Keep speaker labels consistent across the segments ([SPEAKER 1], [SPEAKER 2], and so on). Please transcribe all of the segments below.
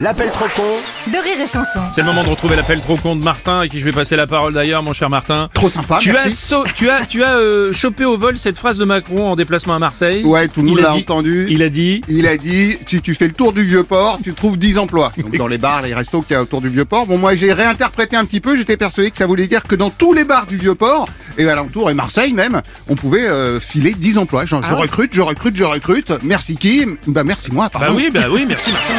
[SPEAKER 1] L'appel trop con
[SPEAKER 2] de rire et chanson.
[SPEAKER 3] C'est le moment de retrouver l'appel trop con de Martin à qui je vais passer la parole d'ailleurs, mon cher Martin.
[SPEAKER 4] Trop sympa,
[SPEAKER 3] Tu as,
[SPEAKER 4] Ah, merci.
[SPEAKER 3] sau- tu as, tu as euh, chopé au vol cette phrase de Macron en déplacement à Marseille.
[SPEAKER 4] Ouais, tout le monde
[SPEAKER 3] Il a
[SPEAKER 4] l'a
[SPEAKER 3] dit-
[SPEAKER 4] entendu.
[SPEAKER 3] Il a dit.
[SPEAKER 4] Il a dit, si tu fais le tour du vieux port, tu trouves 10 emplois. Donc dans les bars, les restos qu'il y a autour du vieux port. Bon, moi j'ai réinterprété un petit peu, j'étais persuadé que ça voulait dire que dans tous les bars du vieux port, et alentour, et Marseille même, on pouvait euh, filer 10 emplois. Genre, je recrute, je recrute, je recrute. Merci qui Bah merci moi,
[SPEAKER 3] Bah
[SPEAKER 4] pardon.
[SPEAKER 3] oui, bah oui, merci Martin.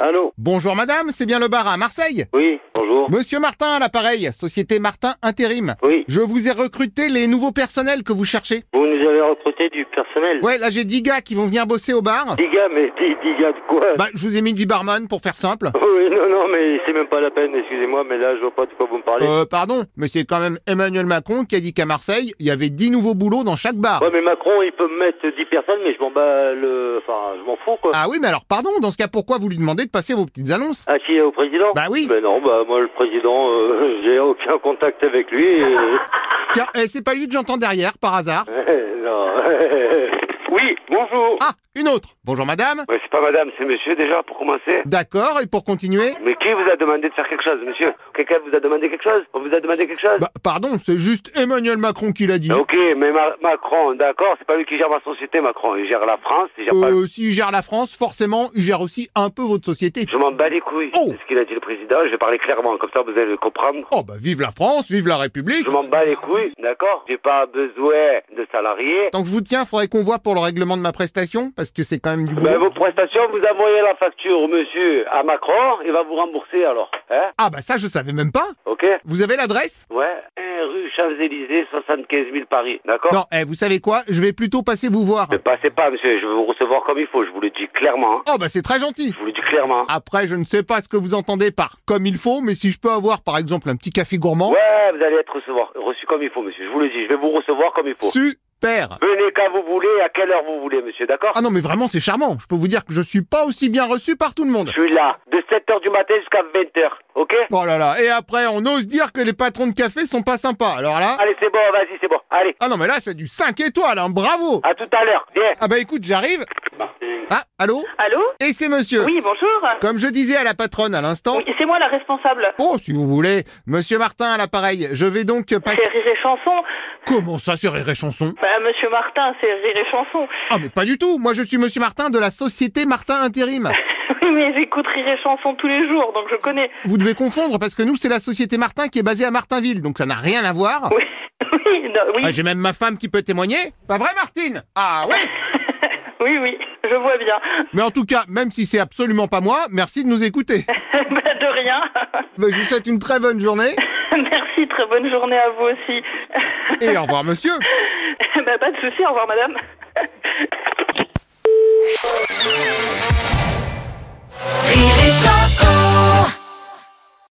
[SPEAKER 5] Allô
[SPEAKER 4] Bonjour madame, c'est bien le bar à Marseille
[SPEAKER 5] Oui, bonjour.
[SPEAKER 4] Monsieur Martin à l'appareil, société Martin Intérim.
[SPEAKER 5] Oui,
[SPEAKER 4] Je vous ai recruté les nouveaux personnels que vous cherchez.
[SPEAKER 5] vous nous avez recruté du personnel.
[SPEAKER 4] Ouais, là j'ai 10 gars qui vont venir bosser au bar.
[SPEAKER 5] Dix gars, mais dix, dix gars de quoi
[SPEAKER 4] Bah, je vous ai mis 10 barman pour faire simple.
[SPEAKER 5] Oui, non, non, mais c'est même pas la peine, excusez-moi, mais là, je vois pas de quoi vous me parlez.
[SPEAKER 4] Euh, pardon, mais c'est quand même Emmanuel Macron qui a dit qu'à Marseille, il y avait 10 nouveaux boulots dans chaque bar.
[SPEAKER 5] Ouais, mais Macron, il peut me mettre dix personnes, mais je m'en bats le... Enfin, je m'en fous, quoi.
[SPEAKER 4] Ah oui, mais alors pardon, dans ce cas, pourquoi vous lui demandez de passer vos petites annonces
[SPEAKER 5] Ah, qui est au président
[SPEAKER 4] Bah oui.
[SPEAKER 5] Mais non, bah moi, le président, euh, j'ai aucun contact avec lui. et-
[SPEAKER 4] Tiens, eh, c'est pas lui que j'entends derrière, par hasard
[SPEAKER 5] non. oui, bonjour.
[SPEAKER 4] Ah, une autre Bonjour madame
[SPEAKER 5] Mais c'est pas madame, c'est monsieur, déjà, pour commencer.
[SPEAKER 4] D'accord, et pour continuer
[SPEAKER 5] Mais qui vous a demandé de faire quelque chose, monsieur Quelqu'un vous a demandé quelque chose On vous a demandé quelque chose Ah,
[SPEAKER 4] Bah, pardon, c'est juste Emmanuel Macron qui l'a dit.
[SPEAKER 5] Ok, mais Ma- Macron, d'accord, c'est pas lui qui gère ma société, Macron. Il gère la France, il gère pas...
[SPEAKER 4] Euh, s'il gère la France, forcément, il gère aussi un peu votre société.
[SPEAKER 5] Je m'en bats les couilles.
[SPEAKER 4] Oh.
[SPEAKER 5] C'est ce qu'il a dit le président, je vais parler clairement, comme ça vous allez le comprendre.
[SPEAKER 4] Oh bah, vive la France, vive la République
[SPEAKER 5] Je m'en bats les couilles, d'accord J'ai pas besoin de salariés.
[SPEAKER 4] Tant que je vous tiens, faudrait qu'on voit pour le règlement de ma prestation, parce que c'est quand même du boulot.
[SPEAKER 5] Ben, vos prestations, vous envoyez la facture, au monsieur, à Macron, il va vous rembourser alors, hein
[SPEAKER 4] Ah bah ça, je savais même pas
[SPEAKER 5] Ok
[SPEAKER 4] Vous avez l'adresse
[SPEAKER 5] Ouais, un rue Champs-Élysées, 75 000 Paris, d'accord
[SPEAKER 4] Non, eh, vous savez quoi Je vais plutôt passer vous voir.
[SPEAKER 5] Ne passez pas, monsieur, je vais vous recevoir comme il faut, je vous le dis clairement. hein.
[SPEAKER 4] Oh bah c'est très gentil. Ah
[SPEAKER 5] Je vous le dis clairement. hein.
[SPEAKER 4] Après, je ne sais pas ce que vous entendez par comme il faut, mais si je peux avoir par exemple un petit café gourmand,
[SPEAKER 5] Ouais, vous allez être recevoir, reçu comme il faut, monsieur, je vous le dis, je vais vous recevoir comme il faut.
[SPEAKER 4] super.
[SPEAKER 5] Venez quand vous voulez, et à quelle heure vous voulez, monsieur, d'accord
[SPEAKER 4] Ah non, mais vraiment, c'est charmant. Je peux vous dire que je suis pas aussi bien reçu par tout le monde.
[SPEAKER 5] Je suis là, de 7h du matin jusqu'à 20h, ok
[SPEAKER 4] Oh là là. Et après, on ose dire que les patrons de café sont pas sympas. Alors là,
[SPEAKER 5] Allez, c'est bon, vas-y, c'est bon, allez,
[SPEAKER 4] ah non, mais là, c'est du 5 étoiles, hein. Bravo.
[SPEAKER 5] à tout à l'heure, viens
[SPEAKER 4] Ah bah écoute, j'arrive. Ah, allô
[SPEAKER 6] Allô
[SPEAKER 4] Et c'est monsieur.
[SPEAKER 6] Oui, bonjour.
[SPEAKER 4] Comme je disais à la patronne à l'instant.
[SPEAKER 6] Oui, c'est moi la responsable.
[SPEAKER 4] Oh, si vous voulez, monsieur Martin à l'appareil. Je vais donc
[SPEAKER 6] C'est
[SPEAKER 4] passer.
[SPEAKER 6] Rire et Chanson.
[SPEAKER 4] Comment ça, c'est Rire et Chanson
[SPEAKER 6] Bah, Monsieur Martin, c'est Rire et Chanson.
[SPEAKER 4] Ah mais pas du tout, moi je suis Monsieur Martin de la société Martin Intérim.
[SPEAKER 6] Oui, mais j'écoute Rire et Chanson tous les jours, donc je connais.
[SPEAKER 4] Vous devez confondre parce que nous c'est la société Martin qui est basée à Martinville, donc ça n'a rien à voir.
[SPEAKER 6] Oui, oui, non, oui,
[SPEAKER 4] Ah, J'ai même ma femme qui peut témoigner. Pas vrai Martine Ah oui Ah.
[SPEAKER 6] oui, oui, je vois bien.
[SPEAKER 4] Mais en tout cas, même si c'est absolument pas moi, merci de nous écouter.
[SPEAKER 6] Bah, de rien.
[SPEAKER 4] Mais je vous souhaite une très bonne journée
[SPEAKER 6] Merci, très bonne journée à vous aussi.
[SPEAKER 4] et au revoir monsieur.
[SPEAKER 6] Bah, pas de souci, au revoir, madame.